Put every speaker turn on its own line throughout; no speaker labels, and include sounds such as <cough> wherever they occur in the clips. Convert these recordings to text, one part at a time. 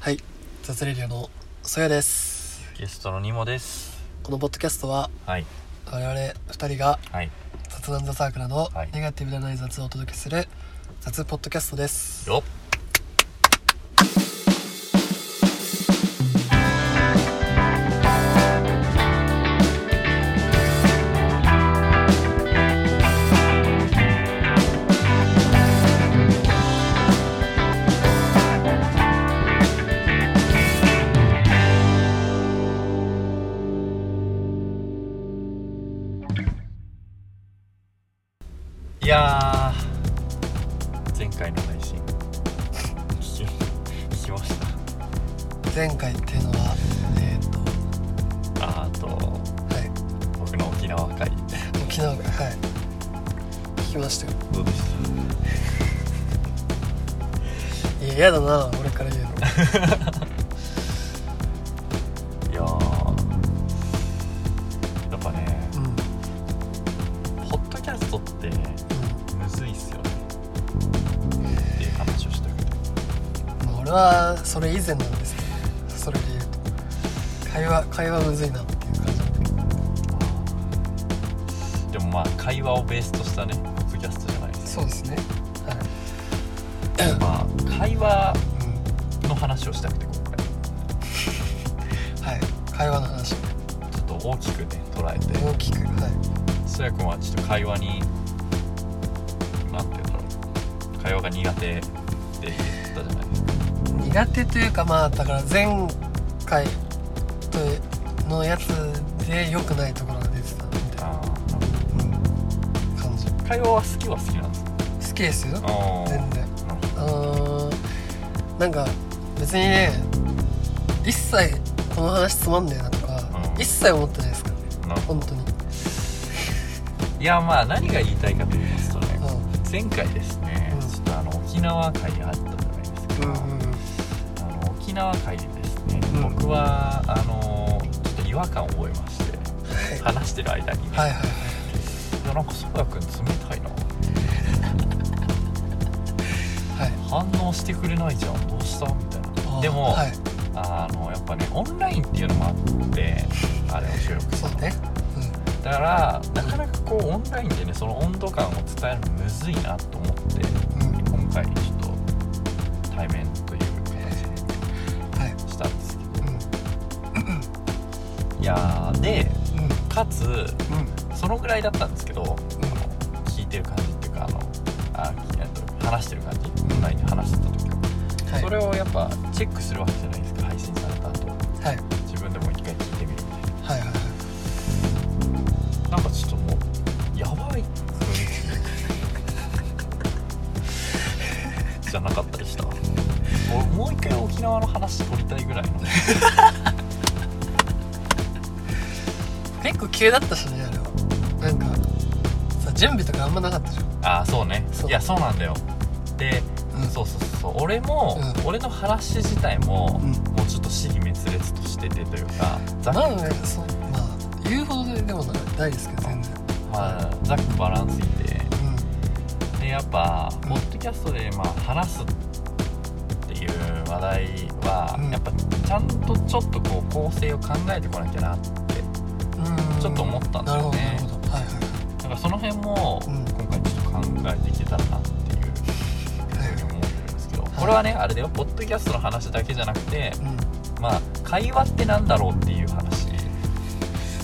はい雑レディオのそやです
ゲストのニモです。
このポッドキャストは
はい。
我々2人が
はい。
雑談ザサークルの
はい
ネガティブでない雑をお届けする雑ポッドキャストです
よっ。いやー、前回の配信聞き聞きました。
前回っていうのはえっ、と
あーあと
はい
僕の沖縄会
沖縄からはい聞きましたよ
どうでし
いや嫌だな俺から言うの <laughs>
たいやーやっぱね
うんうん
ポッドキャストってむずいっすよねっていう話をしたけど
まあ俺はそれ以前なんですけどそれで言うと会話会話むずいなっていう感じ
でもまあ会話をベースとしたねポッドキャストじゃないです
そうですねはい、
かまあ会話
う
の話をしたくて今回
ん、はい会話の話
ちょっと大きくね捉え
<laughs>
て
大きくはい
そやくんはちょっと会話になんて言うんだろう会話が苦手って言ったじゃないですか
苦手というかまあだから前回とのやつで良くないところが出てたみたいな、
あ
うん、感じ
会話は好きは好きなんですか
好きですよ全
あ
然
なるほ
あのーなんか別にね一切この話つまんねえなとか、
うん
一切思ってないですからね
どなるほ
本当に、
どいやまあ何が言いたいかと言いますとね
うん、
前回ですね
うん
ちょっとあの沖縄会があったじゃないです
う
か、
んうん
あの沖縄会でですね、
うん
僕はあのちょっと違和感を覚えまして
はい
話してる間に、ね
はいはいはい
いやなんかそやくん冷たいな
はい
反応してくれないじゃんどうしたみたい
あ
な
ー
でも、
はい
あのやっぱねオンラインっていうのもあってあれを収録す
そ
る
うね
だからなかなかこうオンラインでねその温度感を伝えるのむずいなと思って
うんうん
今回ちょっと対面という形
はい
にしたんですけど
うん
いやーで
うん
かつ
うん
そのぐらいだったんですけど聞いてる感じっていうかあのあえっと話してる感じオンラインで話してた時は、
うんはい
それをやっぱチェックするわけじゃないですか配信された後
はい
自分でも一回聞いてみるみたいな。
はいはいはい
なんかちょっともうやばい <laughs> じゃなかったりした俺もう一回沖縄の話取りたいぐらいの
結構急だったしねあれはなんかさ準備とかあんまなかったじゃん
ああそうね
そう
いやそうなんだよで、
うん
そうそうそうそう俺も、
う
俺の話自体も、
うん
もうちょっと支離滅裂としててというかざっ,、
まあねそうまあ言うほどでもないですけど全然
まあ、ざっくばらんすぎて
うん
でやっぱ
うん
ポッドキャストで、まあ、話すっていう話題は、
うん
やっぱちゃんとちょっとこう構成を考えてこなきゃなって
うん
ちょっと思ったんだ
なる
よ
ほどなる
ね
ほどはいは
だからその辺も、
うん
今回ちょっと考えていけたらなっていうふうに思ってるんですけど、これはねあれだよポッドキャストの話だけじゃなくて
いはいうん
まあ会話ってなんだろうっていう話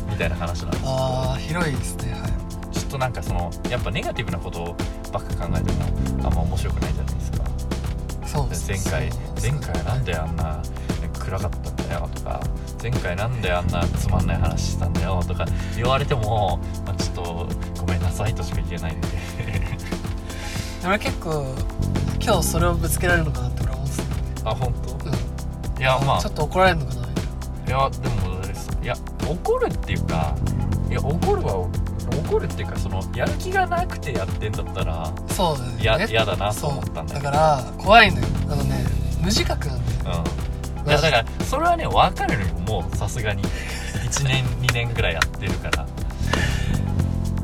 みたいな話なんですけど
ああ広いですねはい
ちょっとなんかそのやっぱネガティブなことばっか考えてもあんま面白くないじゃないですか。
そうです
前回
そう
前回なんであんな暗かったんだよとか前回なんであんなつまんない話したんだよとか言われても、まあ、ちょっとごめんなさいとしか言えないんで
俺結構今日それをぶつけられるのかなって俺は思ってた
あ本
よね
当いや
う
ま
んちょ
あ
っと怒られるのかない
やでもいや怒るっていうかいや怒るは怒るっていうかそのやる気がなくてやってんだったら
そうだよね
や嫌だなと
そ
思ったん
うだ
だけ
か
ど
ら怖いのよあのね無自覚なんだよ
うんいやだからそれはね分かるのよもうさすがに1年2年ぐらいやってるから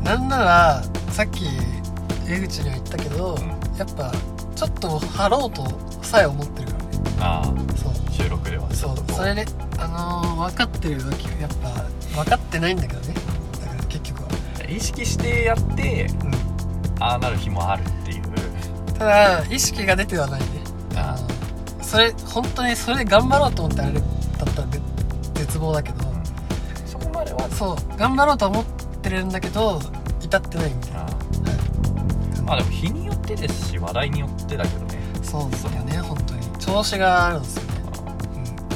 なんならさっき江口には言ったけど、
ん
やっぱちょっと張ろうとさえ思ってるからね
ああ
そう
収録ょ
そ
っとこ
う
う
それであのー分かってる時やっぱ分かってないんだけどねだから結局は、
意識してやって
う、
ああなる日もあるっていうん
ただ意識が出てはないね
あ
うんそれ本当にそれ頑張ろうと思ってあれだったらで絶望だけど、
うんそこまでは
そう頑張ろうと思ってるんだけど至ってないみたいな、
あ
はい
まあでも日によってですし話題によってだけどね
そうですよね本当に調子があるんですよね、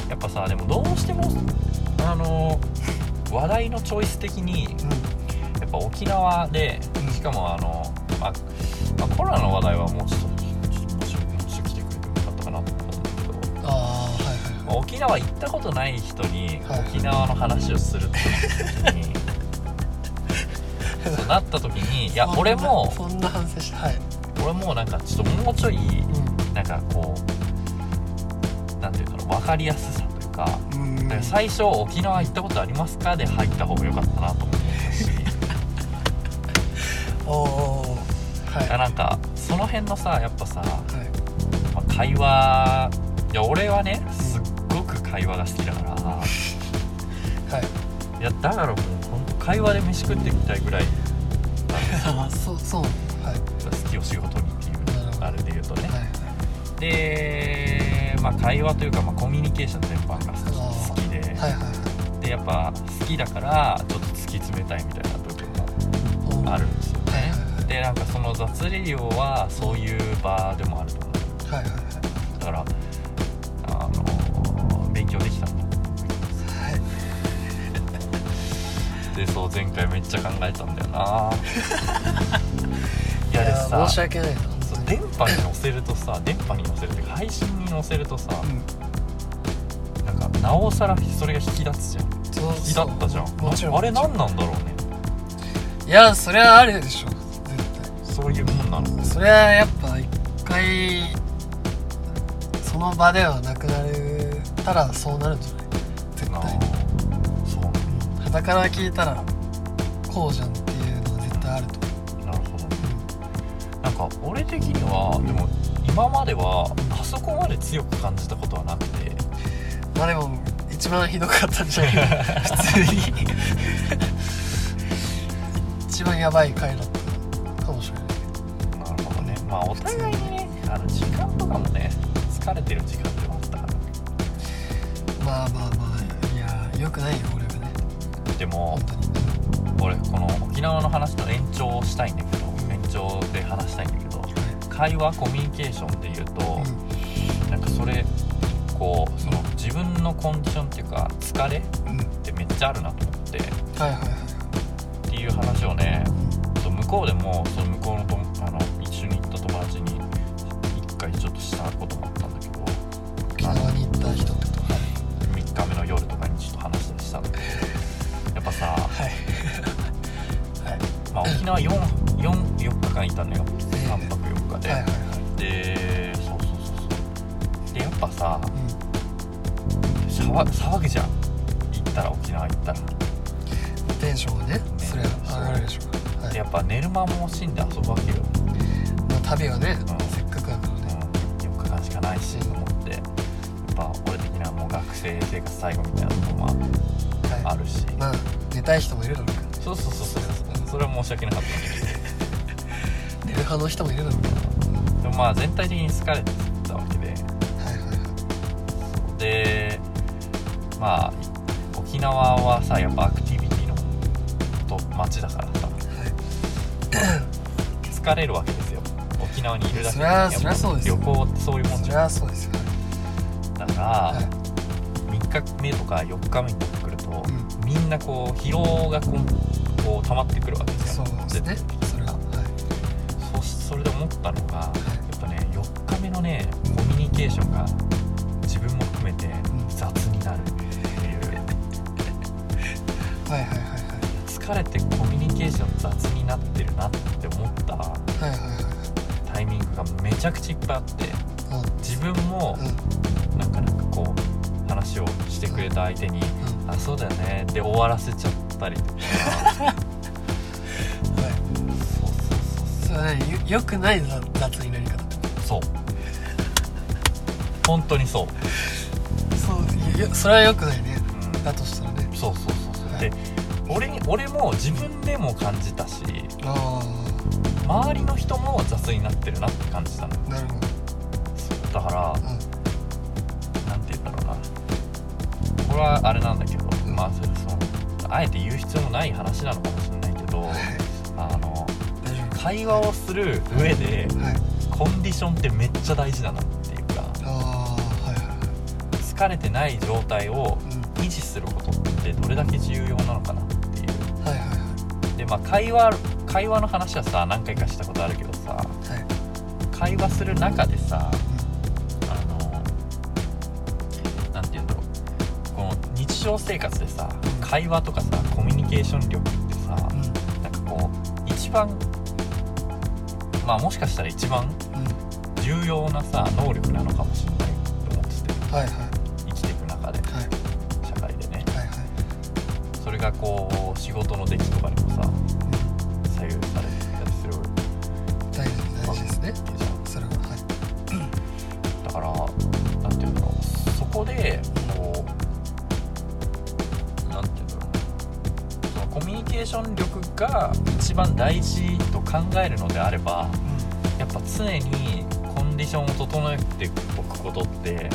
やっぱさでもどうしてもあの話題のチョイス的に
うん
やっぱ沖縄で
うん
しかもあの、まあまあコロナの話題はもうちょっとちょっともうちょいもうちょい来てくれてもよかったかなと思うんだけど、
ああはいはい
まあ沖縄行ったことない人に
はい
沖縄の話をするって時にそうなった時にいや
そんな
俺も
そんな反省したはい、
俺もなんかちょっともうちょいなんかこうなんていうんだろう分かりやすさというか
うんうん
だから最初「沖縄行ったことありますか?」で入った方が良かったなと
<laughs>
思ったし
おおは
だ
い
からなんかその辺のさやっぱさ、
はい
まあ会話いや俺はねすっごく会話が好きだから
はい
いやだからもう本当会話で飯食ってみたいぐらい
あそうそうはい
好きを仕事にっていうあれで言うとね
はいはい
でまあ会話というか、まあ、コミュニケーション全般が好きで、
はいはい
でやっぱ好きだからちょっと突き詰めたいみたいな部分も
はい
あるんですよ
はいはい
ねでなんかその雑利量はそういう場でもあると思
はいはいは
うだからあの勉強できたん
い
だ
はい
でそう前回めっちゃ考えたんだよ
<laughs>
ないや
い
で
や
さ
申し訳ないな本
そう
当に
電波に乗せるとさ電波に乗せるっていうか配信に乗せるとさなんかなおさらそれが引き立つじゃん
うんそう
引き立ったじゃん
そうもちろん
あれ何なんだろうね
いやそれはあるでしょ絶対
そういうもんなの
それはやっぱ一回その場ではなくなるたらそうなるんじゃない絶
な
対
そう
肌から聞いたらこうじゃんっていうのは絶対あると思
なるほどねなんか俺的にはでも今まではあそこまで強く感じたことはなくて
うまあでも一番ひどかったんじゃないか普通に一番やばい回だったかもしれない
なるほどねまあお互いにねあの時間とかもね疲れてる時間ではあったから
まあまあまあいやよくないよ俺はね
でも
本当に
俺この沖縄の話と延長したいんだけど延長で話したいんだけど会話コミュニケーションで
は
言う
い
と
うん、
なんかそれこうその自分のコンディションっていうか疲れっ
うん
てめっちゃあるなと思ってっ
はいはいはい
ていう話をねと向こうでもその向こうのとあの一緒に行った友達に一回ちょっとしたこともあったんだけど
沖縄に行った人ってこと
3日目の夜とかにちょっと話したりしたんだけどやっぱさ、
はいはい
まあ、沖縄 4, 4, 4日間いたのよ3泊4日で、
はいはいはい
でそうそうそうそうでやっぱさ
うん
騒騒ぐじゃん行ったら沖縄行ったら
テンションがねそれは上がるでしょうは
で
い
やっぱ寝る間も惜しんで遊ぶわけよ、
まあ旅はね
うん
せっかくだから
うん、
ね
4日間しかないしと思ってやっぱ俺的にはもう学生生活最後みたいなとこも
は
あるし、
いまあ寝たい人もいるだろうか
そうそうそうそうそうそれは申し訳なかったんだけ
ら寝る派の人もいるだろうか
どでもまあ全体的に疲れてたわけで
らはいはいは
でまあ沖縄はさやっぱアクティビティのと街だからさ疲れるわけですよ沖縄にいるだけ
そりゃそり
や
ゃ
っぱ
そうです
旅
よ
行ってそういうも
い
ん
そ
じ
り
ゃん
ゃそうですよ
だから、
はい
3日目とか4日目になってくると、
う
みんなこう疲労がこうこう溜まってくるわけです
そ
よ
うですね
絶対
それははい
そそれで思ったの
い
が、やっぱね4日目のねコミュニケーションが自分も含めて
ん
雑になるっていう
はいはいはい
疲れてコミュニケーション雑になってるなって思った
はいはいはいはい
タイミングがめちゃくちゃいっぱいあって
はい
自分も
うんうん
なんかなんかこう話をしてくれた相手に「あそうだよね」で終わらせちゃったりとか
うんはいそ
そう
れはねよよくない雑雑になり方
そうそうそう本当にそう
そういやよそれは良くないね
うん
だとしたらね
そうそうそうそう
はい
で俺に俺も自分でも感じたし
あ
周りの人も雑になってるなって感じたの
あなるほ
だから
ど、うん、
なんて言うんだろうなこれはあれなんだけど、
うん
まあそれそのあえて言う必要もない話なのかもしれないけど
はい
あの
大丈夫
会話をする上で
はい
コンディションってめっちゃ大事だなっていうか
ああはいは
疲れてない状態を
いうん
維持することってどれだけ重要なのかなっていう
はいはい
でまあ会話会話の話はさ何回かしたことあるけどさ
はいはい
会話する中でさあのなんて言うんだろうこの日常生活でさ会話とかさコミュニケーション力ってさ
うんうん
なんかこう一番まあもしかしたら一番
うん
重要なさ能力なのかもしれないと思ってて
はいはい
生きていく中で
はい
社会でね
はいはい
それがこう仕事の出来とかにもさ
うん
左右されてたりするわ
大事大事ですね
けじゃん
それははい
だからなんていうんだろうそこでこうなんていうんだろうそのコミュニケーション力が一番大事と考えるのであればやっぱ常にコンディションを整えておくことって
うんはい
めっ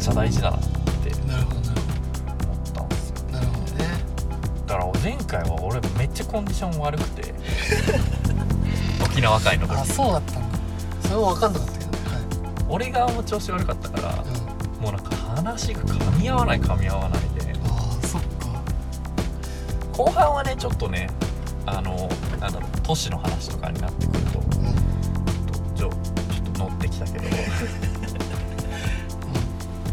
ちゃ大事だなって
はいなるほどなるほ
思ったんですよ
どなるほどね
だから前回は俺めっちゃコンディション悪くて沖縄会の
あ
時
そうだったんだそれも分かんなかったけどねはい
俺側も調子悪かったから
うん
もうなんか話が噛み合わない噛み合わないで
ああそっか
後半はねちょっとねあのなんだろう都市の話とかになってくると
うんうん
ちょっとちょっと乗ってきたけどうんって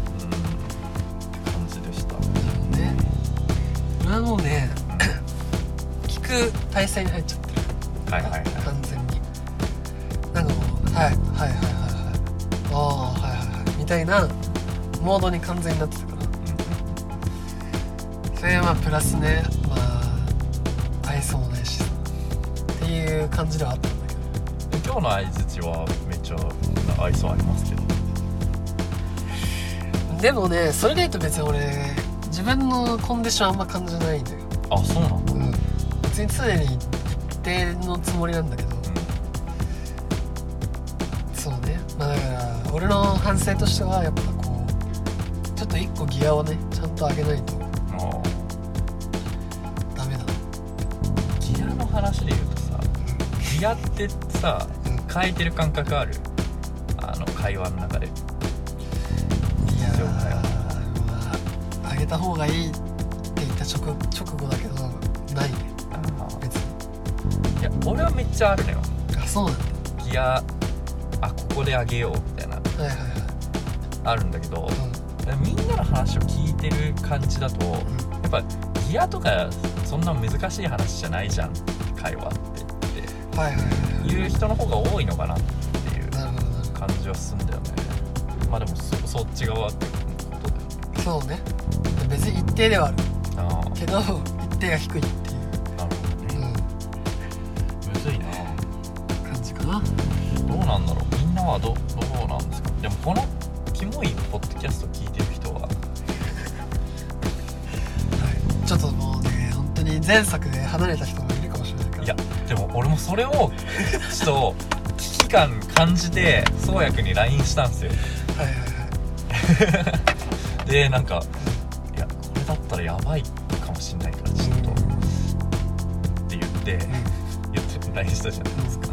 感じでした
なるほどね俺はもうね聞く体制に入っちゃってる
はいはいはい
完全になんかもうはいはいはいはいはいああはいはいはいみたいなモードに完全になってたからそれはまあプラスねまあ愛想もないしっていう感じではあったんだけど
うんで今日の相づちはめっちゃ愛想ありますけど
でもねそれで言うと別に俺自分のコンディションあんま感じないんだよ、
あそうなんだ
うん、別に常に一定のつもりなんだけどそうねまあだから俺の反省としてはやっぱこうちょっと一個ギアをねちゃんと上げないと
うんああ
ダメだな
ギアの話で言うとさギアってさ
うんうん
変えてる感覚あるあの会話の中で
いやー
了解
まあ上げた方がいいって言った直直後だけどないね
ああ
別に
いや俺はめっちゃあるのよ
あそうなんだ
ギアあここで上げようみたいな
はいはいはい
あるんだけどみんなの話を聞いてる感じだとや
うんうん
っぱギアとかそんな難しい話じゃないじゃん会話って
はいはいはいは
っていう人の方が多いのかなっていう
いなるほどなるほ
感じはすんだよねまあでもそそっち側ってことだよね
どそうね別に一定ではある
あ
けど一定が低いっていう、
あなるほど
う
ね、
ん、
むずいな
感じかな
どうなんだろうみんなはどどうなんですかでもこのキモいポッドキャスト聞いてる人は
はい、ちょっともうね本当に前作で離れた人もいるかもしれないから
いやでも俺もそれをちょっと危機感感じて宗也君に LINE したんですよ
はいはい
でなんかいやこれだったらやばいかもしんないからちょっとって言っ
は
て
い、
言って LINE したじゃないですか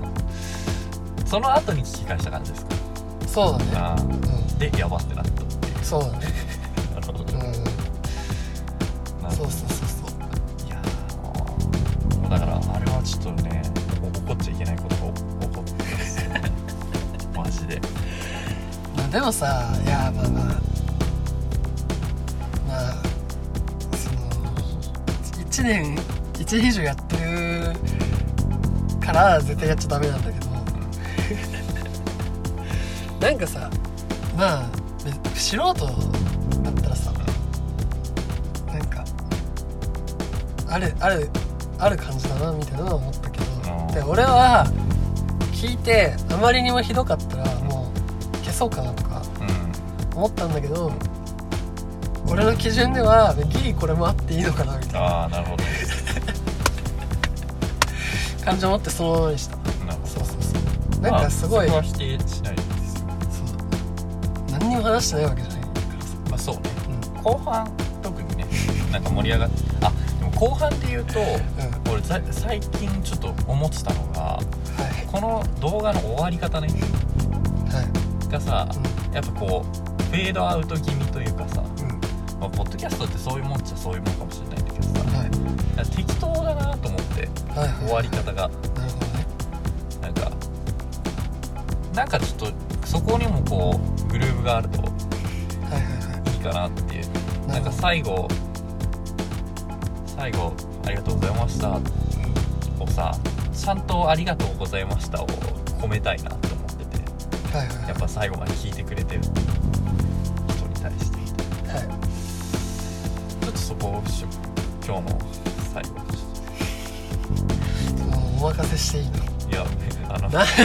その後に聞き返した感じですか
うん、そうだね
あーでやばってなったってい
うんそうだね
うなるほど
うん
なる
そ
ほ
うそうそうそう
どいやーもうだからあれはちょっとね怒っちゃいけないことが起
<laughs>
こってますよマジで
まあでもさいやまあまあまあその1年1年以上やってるから絶対やっちゃダメなんだけど <laughs> なんかさまあべ素人だったらさなんかあるあるある感じだなみたいなのは思ったけど
うん
で俺は聞いてあまりにもひどかったらもう消そうかなとか
うん
思ったんだけど俺の基準ではギリこれもあっていいのかなみたい
ああなるほど
な感じを持ってそのままにした
なんか
そうそうそうなんかすごい
ま
そ
あそこは否定しないですよ、
う何にも話してないわけじゃないからさ
まあ、そうね後半特にね <laughs> なんか盛り上がってあでも後半で言うと
うんうん
俺ざ最近ちょっと思ってたのが
はい
この動画の終わり方ね
はい
がさ
う
やっぱこうフェードアウト気味というかさ、
んうん
まあ、ポッドキャストってそういうもんっちゃそういうもんかもしれないんだけどさ
はい
だから適当だなと思って
はいはい
終わり方が
なるほどね
なんかなんかちょっとそこにもこうグルーヴがあると
はいはい
いいかなっていう
はい
なんか最後最後「ありがとうございました」をさちゃんと「ありがとうございました」を褒めたいなと思ってて
はいはいはい
やっぱ最後まで聞いてくれてる人に対して
はい
ちょっとそこをし今日の最後
もうお任せしていいの
いや <laughs> あの
何 <laughs>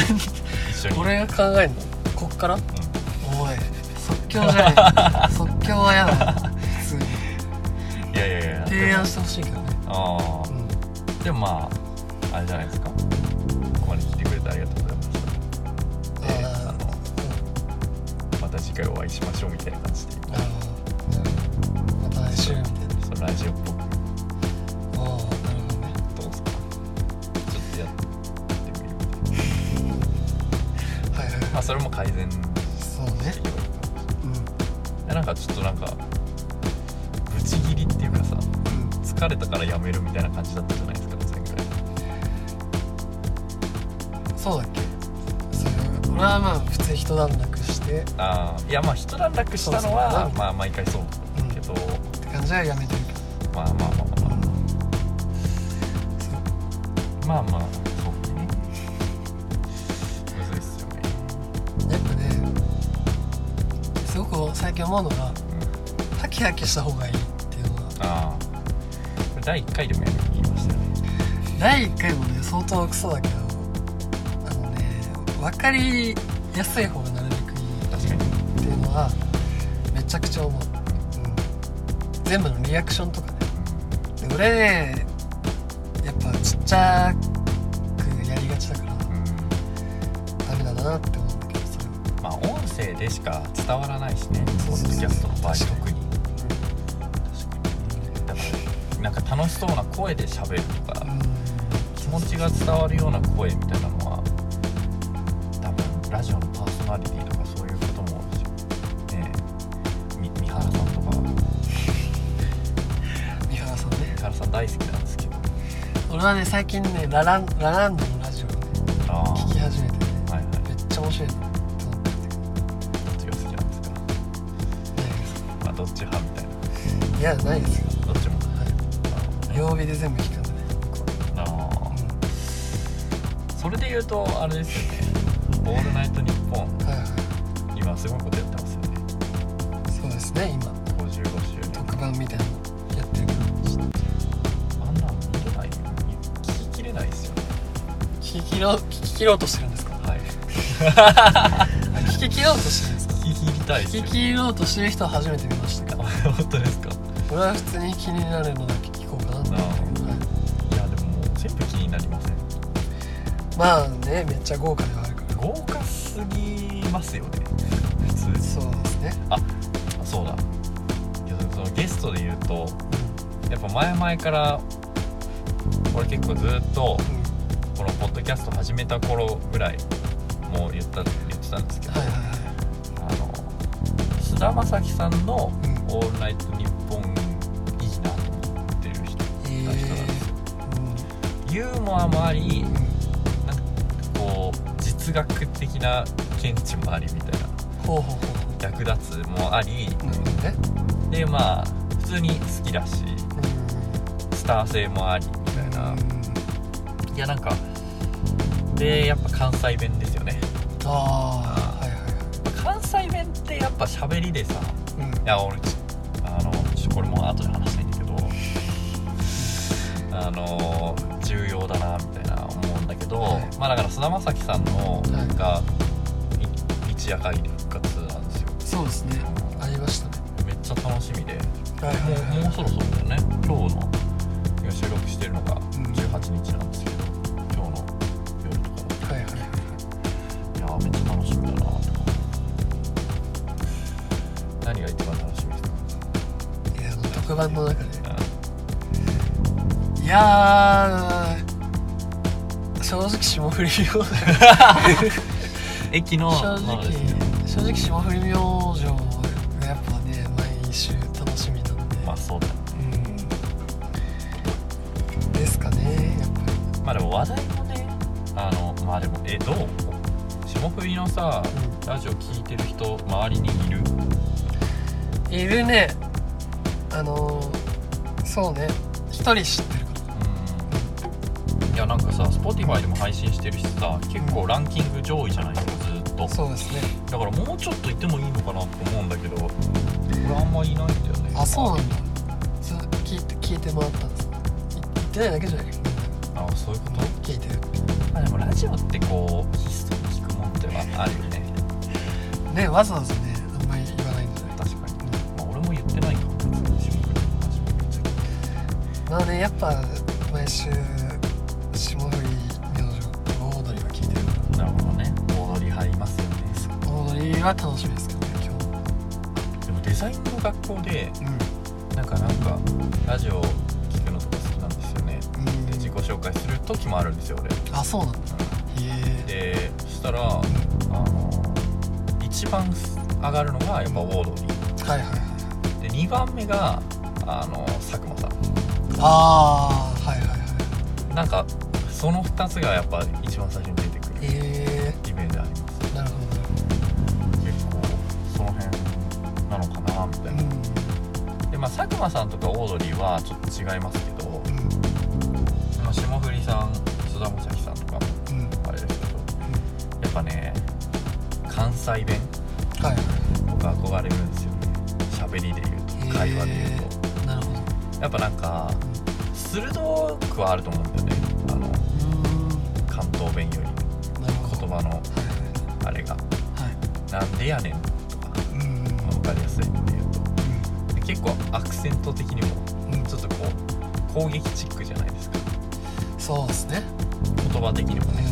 一緒に
俺が考えんのこっから
う
おい即興じゃない
<laughs>
即興は嫌だ普通に
んいやいやいや
提案してほしいけどね
ああ
うん
でもまああれじゃないですかここまで聞いてくれてありがとうございました
あ
で
ー
あのまた次回お会いしましょうみたいな感じで
なるほどまた来週みたいな
そのラジオっぽく
ああなるほどね
どうですかちょっとやってみる
はいはい
ま
は
あそれも改善してい
いそうね
けばいいかもし
うん
れないなんかちょっとなんかブチギリっていうかさ
う
疲れたからやめるみたいな感じだったじゃないですか前回
んそうだっけそれ俺はまあ普通に一段落してっ
ああいやまあ一段落したの
そうそう
は
そう
まあ毎回そうだけど、
て感じはやめてるけど
まあまあまあまあまあまあまあそうねむずいっすよね
やっぱねすごく最近思うのがハキハキした方がいいっていうのは
ああこれ第1回でもやるって言いましたよね
第1回もね相当クソだけどあのね分かりやすい方がなるべくいい
確かに
っていうのはめちゃくちゃ思う、うん、全部のリアクションとかねで俺ねやっぱちっちゃくやりがちだから
うん、
ダメだなって思うんだけどそれは
まあ音声でしか伝わらないしね
そ
ポ
うそう
ッ
そう
ドキャストの場合特に確かになんか楽しそうな声で喋るとか気持ちが伝わるような声みたいなのは多分ラジオのパーソナリティとかそういうこともねえみ三原さんとか
三原さんね
三原さん大好きなんですけど
俺はね最近ねラランラランドのラジオをね
ああ
聞き始めてね
はいはい
めっちゃ面白いなって思ってるんだけど
どっちが好きなんですか
ないです
まあどっち派みたいない
やないですよ、
どっちも
は
あ
い、曜日で全部聞かない
あそれで言うとあれですよね「オールナイトニッポン
僕ははいは」
今すごいことやってますよね
いそうですね今
55周年
特番みたいなのやってるから
あんなの見れないよ聞ききれないですよね
聞き切ろう聞き切ろうとしてるんですか
はい
聞き切ろうとしてるんですか
聞き切りたいです
聞
よ
き切ろうとしてる人は初めて見ましたけど
あ本当ですか
俺は普通に気になるのだけ聞こうかなと思ったけど、はい
いやでももう全部気になりません
まあねめっちゃ豪華ではあるから
豪華すぎますよね普通
そうですね
あそうだいやそのゲストで言うと
う
やっぱ前々から俺結構ずっと
ん、うん、
このポッドキャスト始めた頃ぐらいもう言った言ってたんですけど、
はいはいはい
あの菅田将暉さんの
うん
「オールナイトニッポン」いいなと思ってる人
え
な人なんですよ、
ーうん
ユーモアもあり
うん
なんかこう実学的な見地もありみたいな
ほうほうほ
略奪もあり、
うなるほどね
でまあ普通に好きだしスター性もありみたいな、いやなんかでやっぱ関西弁ですよね
ああーはいはいはい
関西弁ってやっぱ喋りでさ
うん
いや俺ちあのちょっとこれも後で話したいんだけどあの重要だなみたいな思うんだけど、
はい
まあだから菅田将暉さんの
い
がい一夜限り復活なんですよ
そうですねありましたね
めっちゃ楽しみで
はいはいはい
もうもうそろそろだよね今日の今収録してるのが
ん
18日なんですけど、今日の夜とかだと
はいはい
いやーめっちゃ楽しみだなとか何が一番楽しみですか
いや特番の中でいやー正直霜降り明星
駅の
正直正直霜降り明星がやっぱね毎週楽しみなんで、
まあそうだね
うんですかねやっぱ
まあでも話題もねあのまあでもえどう霜降りのさラジオ聞いてる人周りにいる
りいるねあのーそうね一人知ってるか
うんいやなんかさ Spotify でも配信してるしさ結構ランキング上位じゃないのずっと
らそうですね
だからもうちょっといてもいいのかなって思うんだけど俺あんまいないんだよね
あそうなんだず聞いて聞いてもらったんですい言ってないだけじゃないけど
あそういうこと
聞いてる
まあでもラジオってこうヒストリー聞くもんではあるよね
ねわざわざねあんまり言わないんじゃない
確かに、まあ、俺も言ってないかも別に霜降りの話も別に
まあねやっぱ毎週霜降り明星とオードリーは聞いてるか
なるほどね大踊り入りますよね
らオードリーは楽しみですけどね今日
でもデザインの学校で
うん
なんかなんかラジオ聞くのとか好きなんですよねで自己紹介する時もあるんですよ俺
あそうなんだへえ
でそしたらあの一番上がるのがやっぱウォードリー
はいはいはい
で2番目があの佐久間さ
ああはいはいはい
んなんかその2つがやっぱ一番最初に出てくる
え
イメージあります
ー、なるほど
結構その辺なのかなみたいな、でまあ佐久間さんとかオードリーはちょっと違いますけど、まあ、霜降りさん須田将暉さんとかも
うんうんうん
あれですけどやっぱね関西弁
はいは
僕憧れるんですよね喋りで言うと
へー
会話で言うと、
いなるほど
やっぱなんか鋭くはあると思うんだよねあの
う
関東弁より
ーんなるほど
言葉のあれが
はい
なんでやねんとか
うんうん
分かりやすいっていうとで結構アクセント的に
う
も
ん
ちょっとこう攻撃チックじゃないですか
そうですね
言葉的にも
う
ね
ん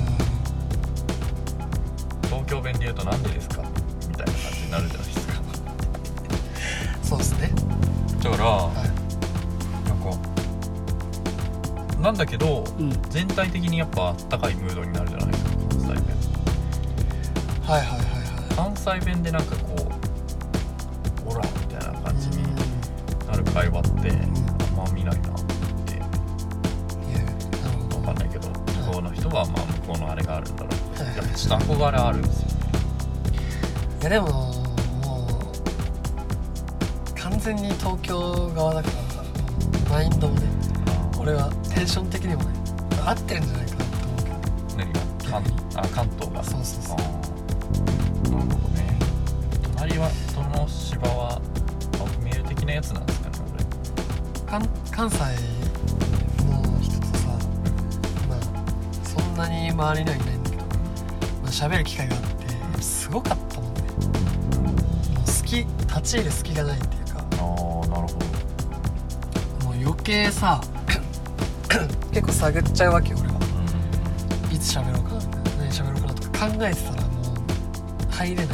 東京弁で言うとなんでですかみたいな感じになるじゃないですか
そうですね
だから、
はい
なんかなんだけど
うん
全体的にやっぱあったかいムードになるじゃないですか関西弁
はいはいはいは
関西弁でなんかこう「オラ」みたいな感
い
じになる会話ってあんま見ないなって
うんいやなるほど
分かんないけど向こうの人はまあ向こうのあれがあるんだろうけど
はい
やっぱちょっと憧れあるんですよね
いやでももう完全に東京側だからさマインドもね俺はテンション的にもね合ってるんじゃないかなと思うけど
何が関あ関東が
そうそうそう
あーなるほどね隣はその芝はバフミュー的なやつなんですかね俺
関関西の人とさまあそんなに周りにはいないんだけど、まあ、喋る機会があってすごかったもんねもう好き立ち入る隙がないっていうか
ああなるほど
もう余計さ結構探っちゃうわけよ俺は
うん
いつ喋ろうかな何喋ろうかなとか考えてたらもう入れない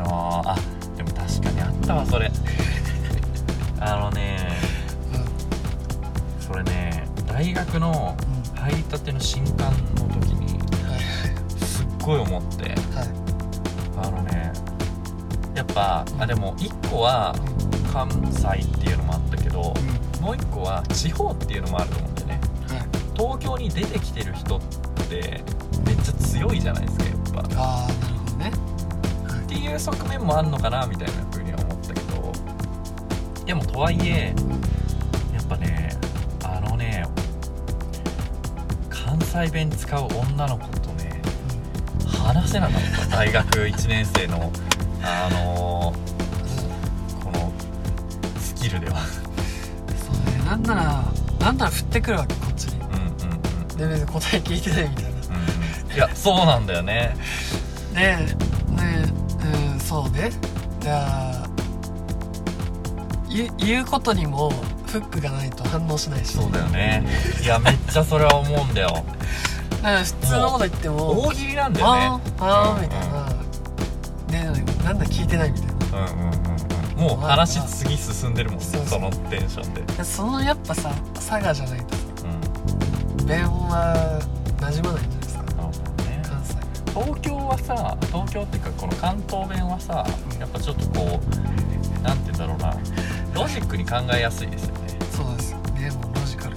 あーあでも確かにあったわそれ <laughs> あのねそれね大学の
うんうん
入りたての新刊の時に
はい
すっごい思って
はい
あのねやっぱあでも1個は関西っていうのもあったけど
うん
もう1個は地方っていうのもあると思うんだよね
はい
東京に出てきてる人ってめっちゃ強いじゃないですかやっぱ
ああなるほどね
っていう側面もあるのかなみたいな風には思ったけどでもとはいえやっぱねあのね関西弁使う女の子とね話せなかった大学1年生のあのこのスキルでは
そうねなんならなんなら振ってくるわけこっちに
うんうんうんうん
で別に答え聞いてないみたいな
うんいやそうなんだよね
でねうんそうねじゃあ言う言うことにもフックがないと反応しないし
そうだよねいやめっちゃそれは思うんだよ
だから普通のこと言っても
大喜利なんだよね
あーあーみたいな、でなんだ聞いてないみたいな
うんうんうんうんもう話次進んでるもんね
そうそ
そうのテンションで、うん、
そのやっぱさ佐賀じゃないと弁は馴染まないんじゃないですか
なるほどね
関西
東京はさ東京っていうかこの関東弁はさやっぱちょっとこうなんて言うんだろうなロジックに考えやすいですよね
そうですよねもうロジカル、う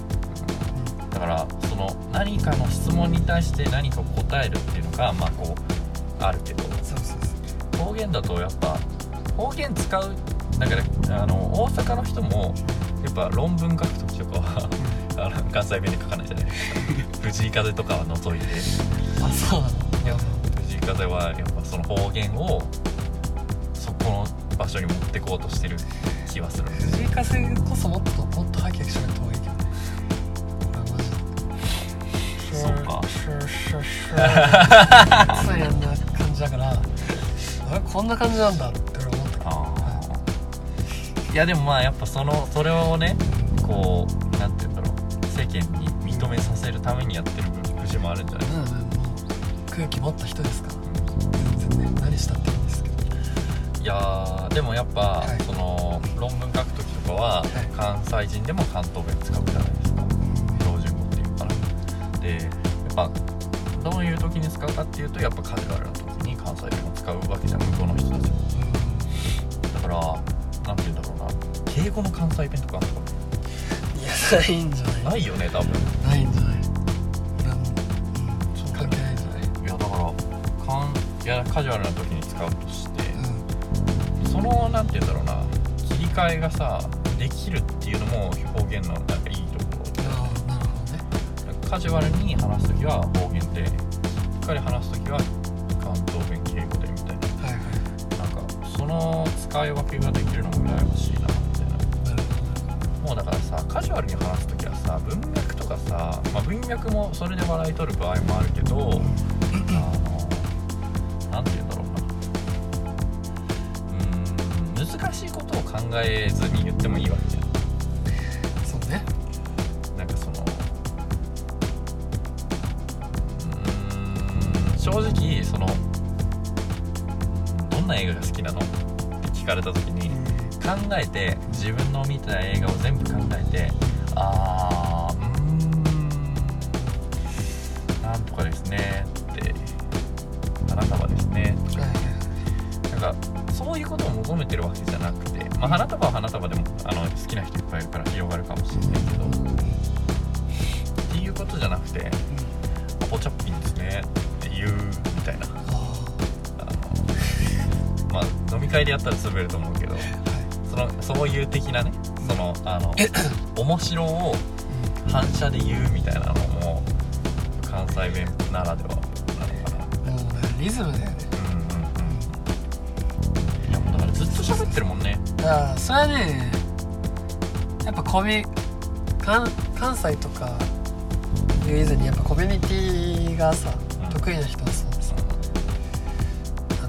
だからその何かの質問に対して何かを答えるっていうのがまあこうあるけど
ん、そうそうそ
方言だとやっぱ方言使うだからあの大阪の人もやっぱ論文書く時とかは <laughs> あの関西弁で書かないじゃないですか藤井風とかは除いて
うあそうなの
いや藤井風はやっぱその方言をそこの場所に持ってこうとしてる気はするんです
藤井風こそもっともっとハキハキしないと方がいいけどね俺はマジで
そうか
シューシューシューそうやんな感じだからあれこんな感じなんだって俺思ったけど
あーいやでもまあやっぱそのそれをねこうなんて言うんだろう世間に認めさせるためにやってる節もあるんじゃない
うんうんもう空気持った人ですから全然ね何したっていいんですけど
いやーでもやっぱ、
はい
その論文書く時とかは、
い
関西人でも関東弁使うじゃないですか標準語っていうのかなでやっぱどういう時に使うかっていうとやっぱカジュアルな時に関西弁を使うわけじゃん向こうの人たちもだからなんて言うんだろうな敬語の関西弁とかあんのか
うんいやないんじゃ
な
ない
ないよね多分
ないんじゃないなんうん関係ないんじゃない
いやだからかんいやカジュアルな時に使うとして、
うん
そのなんて言うんだろうな切り替えがさできるっていうのも方言のなんかいいところで
ああなるほどね
カジュアルに話す時は方言でしっかり話す時は関東弁敬語でみた
は
い
いはい
ななんかその使い分けができるのも羨ましいなみたいな
なるほど
もうだからさカジュアルに話す時はさ文脈とかさ、まあ、文脈もそれで笑い取る場合もあるけどあのなんて言うんだろうなうーん難しいことを考えずに言ってもいいわけじゃん
そうね
なんかそのうーん正直そのどんな映画が好きなのって聞かれた時に考えて自分の見た映画を全部考えてあーうーんなんとかですねってあなたはですね
はいはい
なんかそういうことを求めてるわけじゃなくて、まあ、花束は花束でもあの好きな人いっぱいいるから広がるかもしれないけどっていうことじゃなくてアポチャッピンですねっていうみたいなあのまあ飲み会でやったら潰れると思うけどそのそういう的なねそのあの面白を反射で言うみたいなのも関西弁ならではなのかな
もうねリズムだよね
うんうんうんいやもうだからずっと喋ってるもんね
だからそれはねやっぱコミ関関西とかいう以前にやっぱコミュニティがさ
うん
得意な人はそうでさあ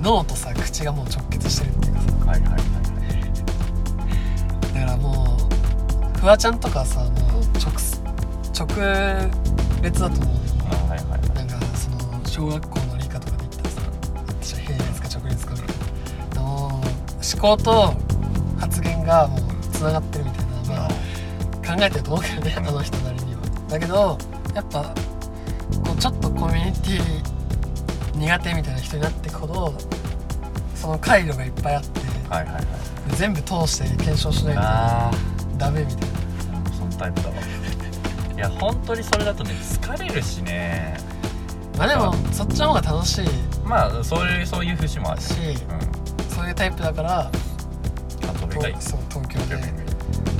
の脳とさ口がもう直結してるっていうかさ
はいはいはい
だからもうフワちゃんとかはさもう直す直列だと思うよ
はいはいはい
なんかその小学校の理科とかで言ったらさ私は並列か直列かみたいなの思考と発言がもうつながってるみたいな、まあ、考えてると思うけどねあの人なりにはだけどやっぱこうちょっとコミュニティ苦手みたいな人になっていくほどその回路がいっぱいあって
はいはいはい
全部通して検証しない
あ
とダメみたいな
あそのタイプだわいや本当にそれだとね疲れるしね
まあでもそっちの方が楽しい
まあそういうそういう節もあるし
し
うん
そういうタイプだから
あと俺がいい
東そう東京で
東京弁がいい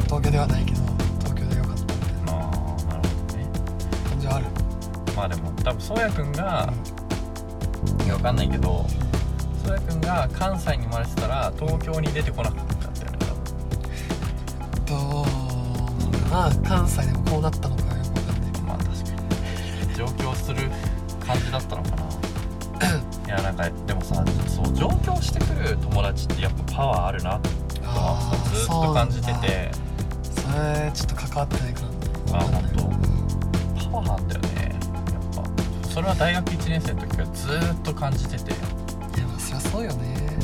東京ではないけど東京でよかったみたいな
ああなるほどね
感じはある
まあでも多分そうやくんがいやわかんないけどそうやくんが関西に生まれてたら東京に出てこなかったよね多分
どうまあ関西でもこうなったのかよくわかんないけど
まあ確かに上京する感じだったのか
<clears throat>
ないやなんかでもさそう上京してくる友達ってやっぱパワーあるなってのは
あー
ずっと感じてて
それちょっと関わってないから
あ
わかんない
本パワーなんだよねやっぱそれは大学1年生の時からずっと感じてて
いやまあそりゃそうよね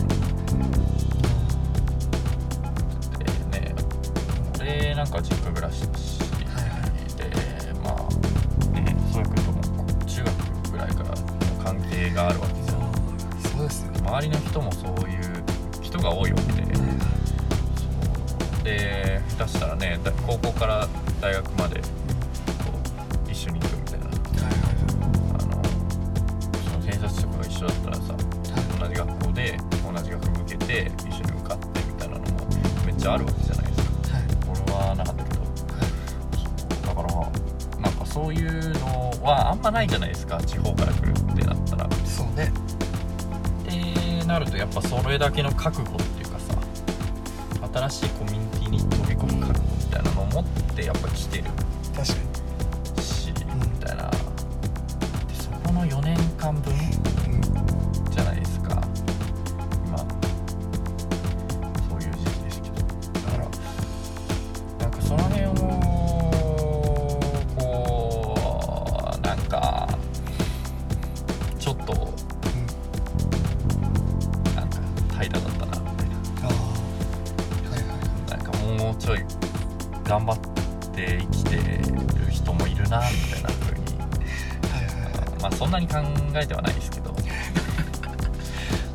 でね俺なんか実家暮らしだし
はいは
でまあねそういうことも中学ぐらいからの関係があるわけじゃん
うんそうですよね
周りの人もそういう人が多いわけでそうで下手したらねだ高校から大学までこう一緒に行くみたいな
はいは
あのその偏差値とかが一緒だったらさ同じ学校で同じ学部受けて一緒に受かってみたいなのもめっちゃあるわけじゃないですか
いはい
俺はなかったけど
はい
だからなんかそういうのはあんまないじゃないですか地方から来るってなったらっ
そうね
てなるとやっぱそれだけの覚悟っていうかさ新しいコミュニティに飛び込む覚悟みたいなのを持ってやっぱ来てる
確か
し
ん
みたいなでそこの4年間分
に、うん、
じゃないですか今そういう時期ですけどだからなんかその辺をこうなんかちょっ
う
と
ん
なんか怠惰だったなみたい
ああはいは
ななんかもうちょい頑張って生きてる人もいるなみたいな風に
いはいはいはい
まあそんなに考えてはないですけど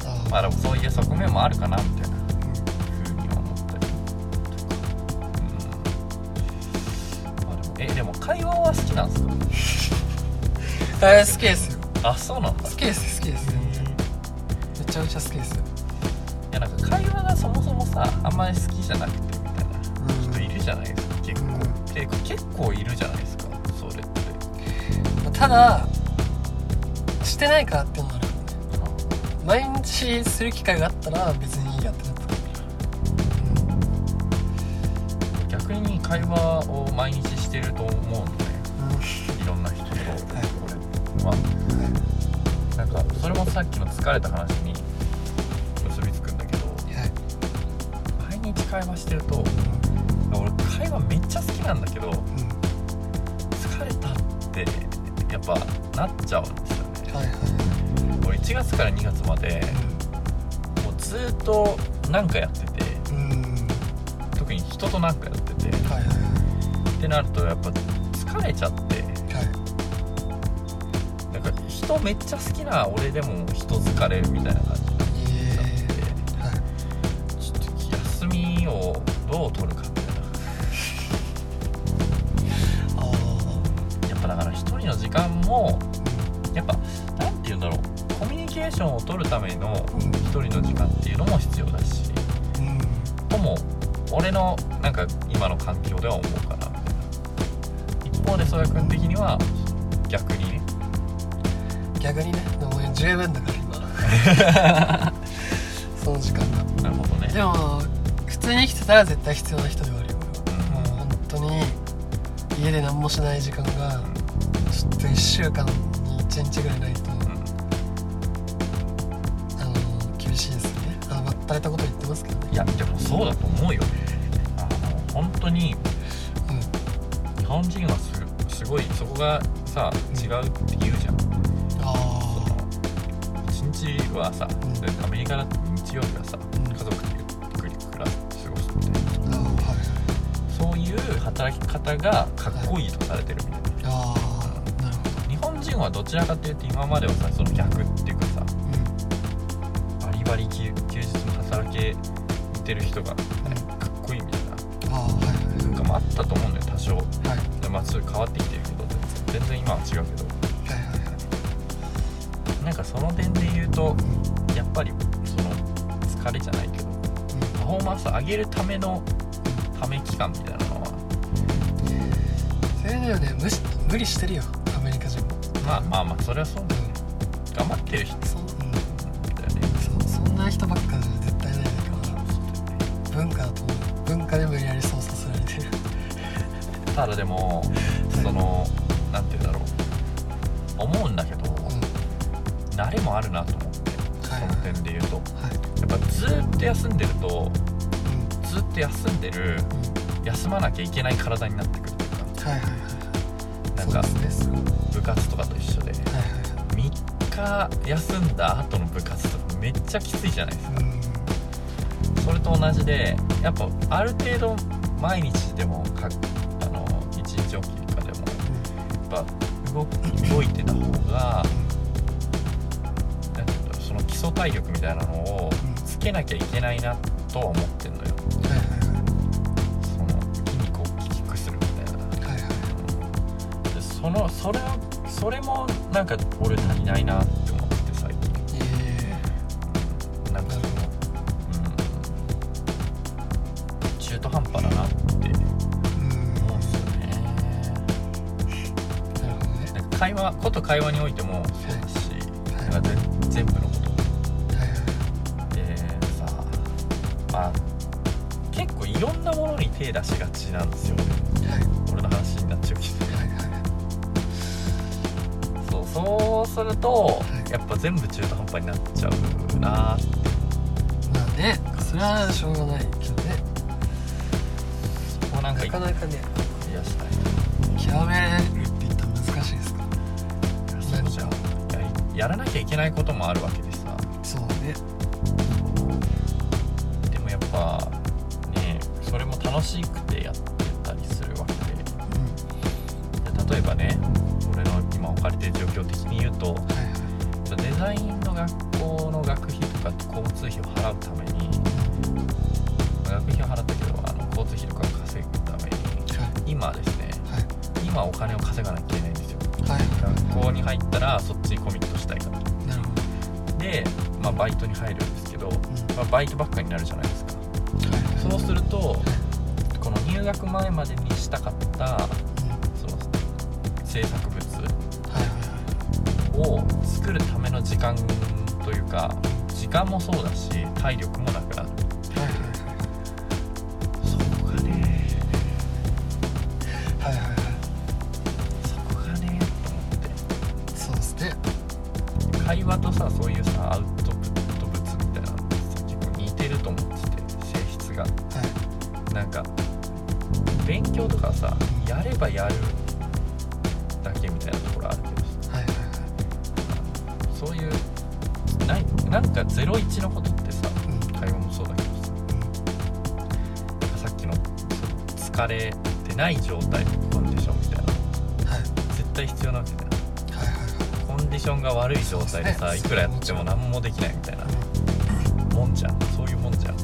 ああ
まあでもそういう側面もあるかなみたいな。
う
ふうに思ったりとか、うん、あでもえでも会話は好きなんですか
ん大好きですよ
あそうなんだ
好きです好きです全然めちゃめちゃ好きですよ
いやなんか会話がそもそもさあんまり好きじゃなくてみたいな
うん
人いるじゃないですか結構てか結構いるじゃないですかそれって
まあただしてないからっていうのもあるからね毎日する機会があったら別にいいやってなった
逆に会話を毎日してると思うんで
うんうん
いろんな人と
はい
俺まあなんかそれもさっきの疲れた話に結びつくんだけど
はい
毎日会話してると
う
俺会話めっちゃ好きなんだけど
んうん
疲れたってやっぱなっちゃうんですよね
はいはい
俺1月から2月までもうずっと何かやってて
うんうん
特に人と何かやっててっ
はいはい
てなるとやっぱ疲れちゃって
はい
なんか人めっちゃ好きな俺でも人疲れみたいな感じになっ
い
ちゃって
えはい
ちょっと休みをどう取るかみたいな
あ
やっぱだから一人の時間も
あ
やっぱ何て言うんだろうコミュニケーションを取るための
うん
一人の時間っていうのも必要だし
うんうん
とも俺のなんか今の環境では思うかなみたいな一方で宗谷君的には逆にね
逆にねでも俺十分だから今その時間が
なるほどね
でも普通に生きてたら絶対必要な人ではあるよ俺はもう本当に家で何もしない時間がちょっと1週間に1日ぐらいないと
うんうん
あの厳しいですねあのまったれたこと言ってますけどね
いやでもそうだと思うよあの本当に
うん
日本人はすすごいそこがさ違うって言うじゃん
あ
一日はさ
ん
アメリカだと日曜日はさ
うん
家族でゆっくり暮らす過ごすみたいな
あはい
そういう働き方がかっこいいとされてるみたいな
ああなるほど
日本人はどちらかというと今まではさその逆っていうかさ
うん
バリバリ休休日も働けてる人がか
うん
っこいいみたいな
ああ
文化もあったと思うんだよ多少
はいはい
まあそれ変わってきてるけど全然今は違うけど
はいはいはいはい
なんかその点で言うと
うんうん
やっぱりその疲れじゃないけどパフォーマンス上げるためのため期間みたいなのは
それだよね無視無理してるよアメリカ人も
まあまあまあそれはそうだよね頑張ってる人
そ,、うん、
だよね
そそんな人ばっかじゃ絶対ないんだけど文化だと思う文化で無理やり操作されてる
ただでも
<laughs>
そのなんて言うんだろう思うんだけど
うん
慣れもあるなと思って
はい
その点で言うと
はい
やっぱずーっと休んでると
うん
ずと休んでる休まなきゃいけない体になってくるという
はいはいはい
か
そ
な
うん
か
ですね
部活とかと一緒
は
で
いは
3日休んだ後の部活とかめっちゃきついじゃないです
いはいうん
かそれと同じでやっぱある程度毎日でもかあの1日おきとかでもやっぱ動く動いてた方がなんていうんだろうその基礎体力みたいなのをつけなきゃいけないなとは思ってんのよ
はいは
その筋肉を大きくするみたい
い
な。
はいはいはい
でそのそれそれもなんか俺足りないなって思って最近
え
なんかそのうん中途半端だなって
えうん
思うんですよね
なるほどね
なんか会話こと会話においてもそうだし、なんか全部のこと
はいはい
でさまあ結構いろんなものに手出しがちなんですよね
はい
俺の話になっちゃうけど
はいはいはい
そうそうすると
い
やっぱ全部中途半端になっちゃうな
まあ
って
ねそれはしょうがないけどね
もうなんか
なかなかね
いやしたい
極めるって言ったら難しいですから
そうじゃんやりやらなきゃいけないこともあるわけでさ
そうね
でもやっぱねそれも楽しくてやってたりするわけ
うん
でで例えばね俺の今置かれてる状況的に言うと
はいはい
デザインの学校の学費とか交通費を払うために学費を払ったけどあの交通費とかを稼ぐために
は
今ですね
い
今お金を稼がなきゃいけないんですよ
はい
学
は
校に入ったらそっちにコミットしたいから
いなるほど
で、まあ、バイトに入るんですけど、
うん
まあ、バイトばっかになるじゃないですか
はいはい
そうするとこの入学前までにしたかった
うん
その制作物
はいはい
を作るための時間というか時間もそうだし体力もなくなる
はいはい
そこがね
はいはいはいはいは
そこがねと
いそうですね
思って会話とさそういうさアウトプット物みたいなのってさ結構似てると思ってて性質が
はい
なんか勉強とかさやればやるだけみたいなところあるけどさ
はいはい
そういうないなんか01のことってさ
はいうん
会話もそうだけどさなんかさっきの疲れてない状態のコンディションみたいな
うんはい
絶対必要なわけだよ
はいはいはい
コンディションが悪い状態で
そう
さ
で
い
すね
くらやっても何もできないみたいな
うん
もんじゃんそういうもんじゃんちょ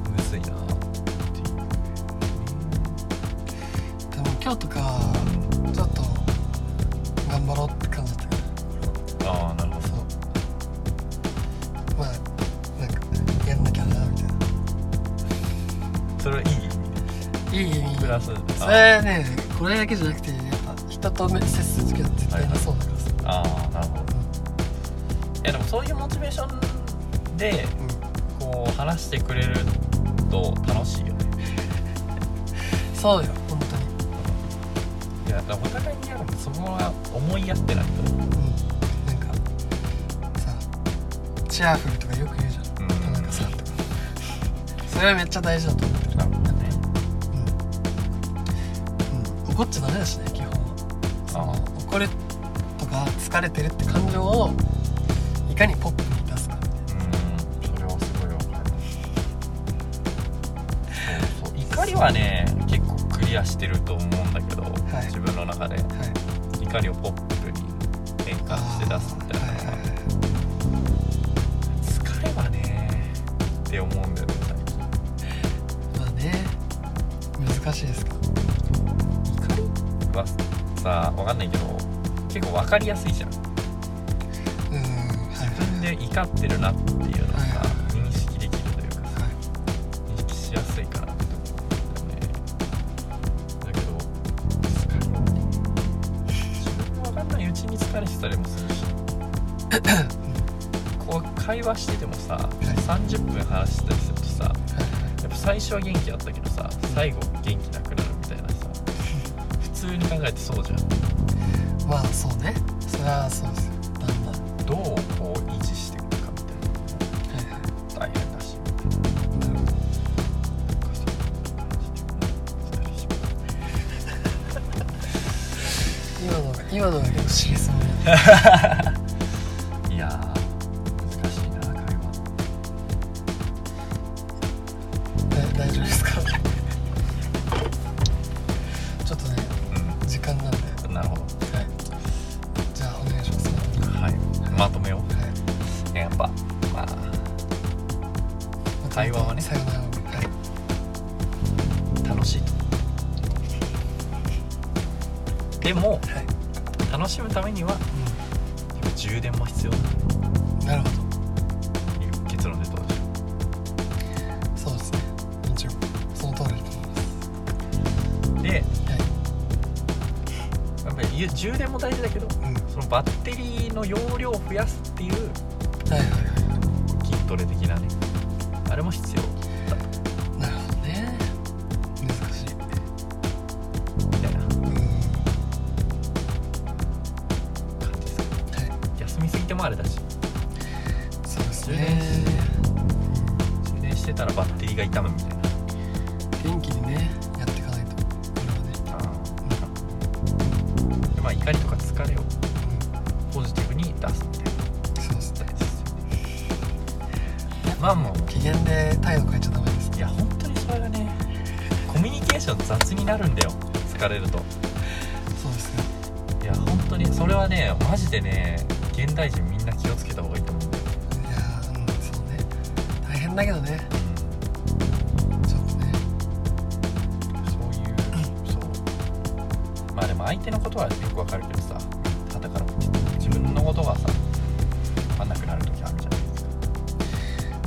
っとむずいなっていうね
でも今日とかちょっと頑張ろうって感じだった
ああなるほど
そうまあなんかやんなきゃなみたいな
それはいい意
いい
味
意
でプラ
味
ス
そ
あ
れねこれだけじゃなくてやっぱ人と接する時は絶対なそうだからさ、
あーなるほどいやでもそういうモチベーションでこう話してくれると楽しいよね
うん、そうよ本当に
いやだからお互いにやるそこは思いやってないと
うんなんかさチアフルとかよく言うじゃん
うん
田中さんとかそれはめっちゃ大事だと思ってる
なるほどね
うん、うん、怒っちゃダメだしね基本はその
あ
怒るとか疲れてるって感情をいかにポップに出すかみたいな
うんそれはすごいわかるそうそう怒りはね結構クリアしてると思うんだけど、
い
自分の中で
はい
怒りをポップに変換して出すみたいな
は
のはい
はいはい
疲れはねって思うんだよね最近
まあね難しいですけど
怒りはさわかんないけど結構わかりやすいじゃん
うんはい
自分で怒ってるなっていうのを
はい
さ
はい
認識できるというかさ
はい
認識しやすいかなって思うんだよねだけど疲れはね自分も分かんないうちに疲れてたりもするしこう会話しててもさ
い
30分話してたりするとさ
はい
やっぱ最初は元気だったけどさ最後元気なくなるみたいなさ普通に考えてそうじゃん
まあそうねそれはそうですよだんだんは
どうこう維持していくかみた
いは
い
い
な大変だし
なるほど
とか
今のが結構シリアス
<laughs>
もね
いやー難しいな会話
だ大丈夫ですか <laughs> ちょっとね時間なんで、は
うんなるほど
い、じゃあお願いしますは
はいまとめよ
い、
うやっぱまあ会話はね
さよならはい
楽しいでも
はい、
楽しむためにはやっぱ充電も必要だ
うん、なるほど
という結論でどうでしょ
そうですね一応その通りだと思います
うで
はい
やっぱり充電も大事だけど
うん
そのバッテリーの容量を増やすっていう
はいはいは
筋トレ的なねあれも必
い
要
なるほどね難しい
みたいな
うんは
感じですかね
い
休みすぎてもあれだし
そうです
充
ね
電し充電してたらバッテリーが傷むみたいな
元気にねやっていかないとこれはね
でまあ怒りとか疲れをポジティブに出すみたいな
うんそうですね
大事ですよねまあもう
機嫌で態度変えちゃダメです
いや本当にそれがねコミュニケーション雑になるんだよ疲れると
そうですね
いや本当にそれはねマジでね現代人みんな気をつけた方がいいと思うんだよ、
いやーうんそうね大変だけどね
う
ちょっとね
ん、そういう、そうまあでも相手のことはよくわかるけどさただから自分のことがさ分かんなくなる時あるじゃないですか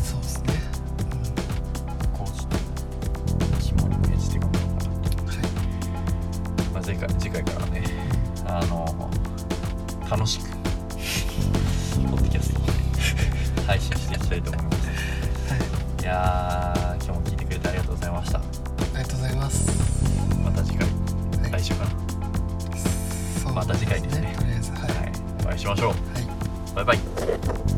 そうですね
こうして肝に銘じて頑張ろうかな
うんはい
まあ、次回次回からはねあの楽しくポッドキャストをね配信していきたいと思います
はい
いやー今日も聞いてくれてありがとうございました
ありがとうございます
また次回
はい
来週か
そう
また次回ですね
とりあえずはい
な、はい、お会いしましょ
はいう
バイバイ
バイ